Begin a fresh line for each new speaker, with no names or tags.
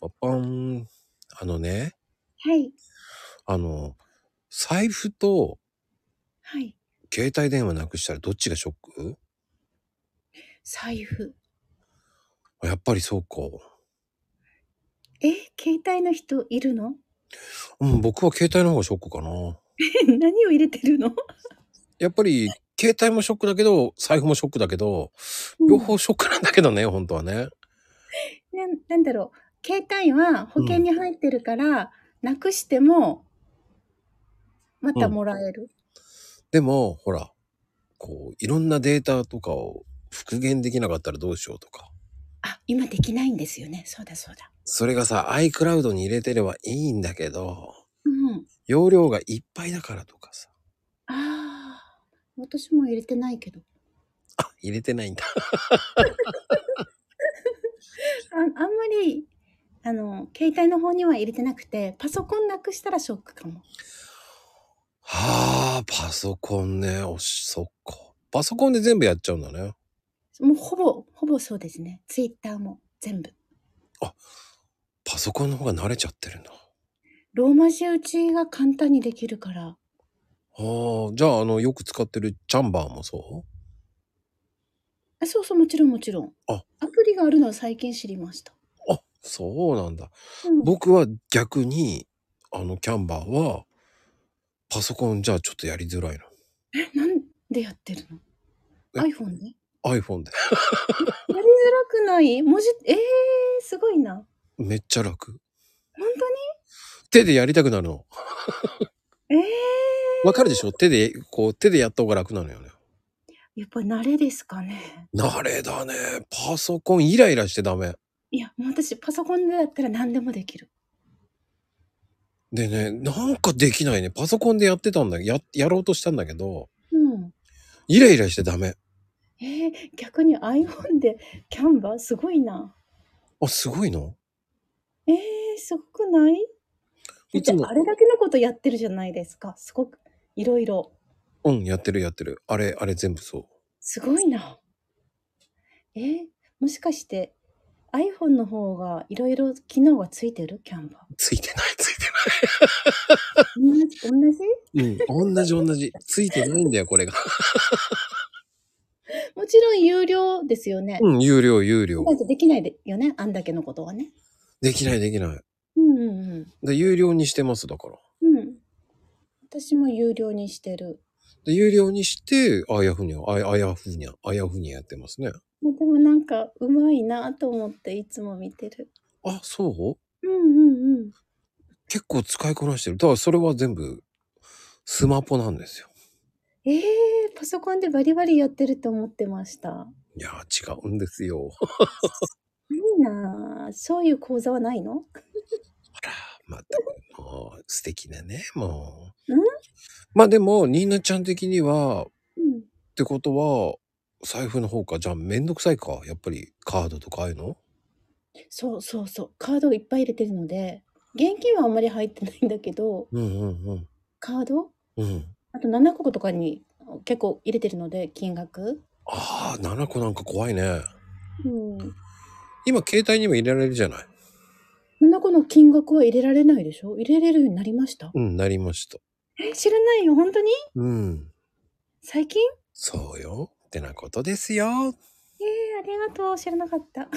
パパン。あのね、
はい。
あの、財布と
はい。
携帯電話なくしたらどっちがショック
財布。
あやっぱりそうか。
え、携帯の人いるの
うん、僕は携帯の方がショックかな。
何を入れてるの
やっぱり、携帯もショックだけど、財布もショックだけど、
う
両
ん。
方ショックなんだけどね、本当はね。
なん、なんだろう。携帯は保
う
険
ん、
に入ってるから、なくしてもま
う
た
ん。
もらえる。
でも、ほら、こう、いろんなデータとかを復元できなかったらどうしようとか。
あ、今できないんですよね。そうだそうだ。
それがさ、iCloud に入れてればいいんだけど、
うん。
容量がいっぱいだからとかさ。
ああ、私も入れてないけど。
あ、入れてないんだ。
あ、あんまり、あの、携帯の方には入れてなくて、パソコンなくしたらショックかも。
はあ、パソコンね。おし、そっか。パソコンで全部やっちゃうんだね。
もうほぼ、ほぼそうですね。ツイッターも全部。
あ、パソコンの方が慣れちゃってるんだ。
ローマ字打ちが簡単にできるから。
ああ、じゃあ、あの、よく使ってるチャンバーもそ
あ、そうそう、もちろんもちろん。
うあ、
アプリがあるのは最近知りました。
あ、そうなんだ。
うん。
僕は逆に、あの、キャンバーは、パソコンじゃあちょっとやりづらいな。
え、なんでやってるの
え、
?iPhone で
iPhone で。
やりづらくない文字、えー、すごいな。
めっちゃ楽。
本当に
手でやりたくなるの。
え
わかるでし
ー、
ょ手で、こう、手でやった方が楽なのよね。
やっぱり慣れですかね。
慣れだね。パソコンイライラしてダメ。
いや、もう私、パソコンでだったら何でもできる。
でね、なんかできないね。パソコンでやってたんだや、やろうとしたんだけど、
うん。
イライラしてダメ。
えー、逆に iPhone でキャンバーすごいな。
あ、すごいの
えー、すごくないだ
い
っ
つ
て
も、
あれだけのことやってるじゃないですか。すごく、いろいろ。
うん、やってるやってる。あれ、あれ全部そう。
すごいな。えーもしかして iPhone の方がいろいろ機能がついてるキャンバ
ついてない、ついて
ー。同じ同じ
ない。うん、同じ同じ。ついてないんだよ、これが。
もちろん有料ですよね。
うん、有料、有料。
ないとできないでよね。あんだけのことはね。
できない、できない。
うんうん
で、有料にしてます、だから。
うん。うん。私も有料にしてる。
で、有料にして、あやふにゃ、あやあやふにゃ、あやふにゃやってますね。
まあでもなんかうまいなと思っていつも見てる。
あ、そう
うんうんうん。
結構使いこなしてる。だからそれは全部スマホなんですよ。
ええー、パソコンでバリバリやってると思ってました。
いやー、違うんですよ。
いいなあそういう講座はないの
あら、またこれもう素敵なね、も
うん
う。まあでも、ニーナちゃん的には、っ
うん。
てことは、財布の方か。じゃあめんどくさいか。やっぱりカードとかああいうの
そうそうそう。カードをいっぱい入れてるので、現金はあんまり入ってないんだけど、
うんうん
カード
うん。うん。
あと7個とかに結構入れてるので、金額。
ああ、7個なんか怖いね。
うん。
今、携帯にも入れられるじゃない。
7個の金額は入れられないでしょ入れれるようになりました
うん、なりました。
え、知らないよ。本当に
うん。
最近
そうよ。ってなことですよ。
えー、ありがとう。知らなかった。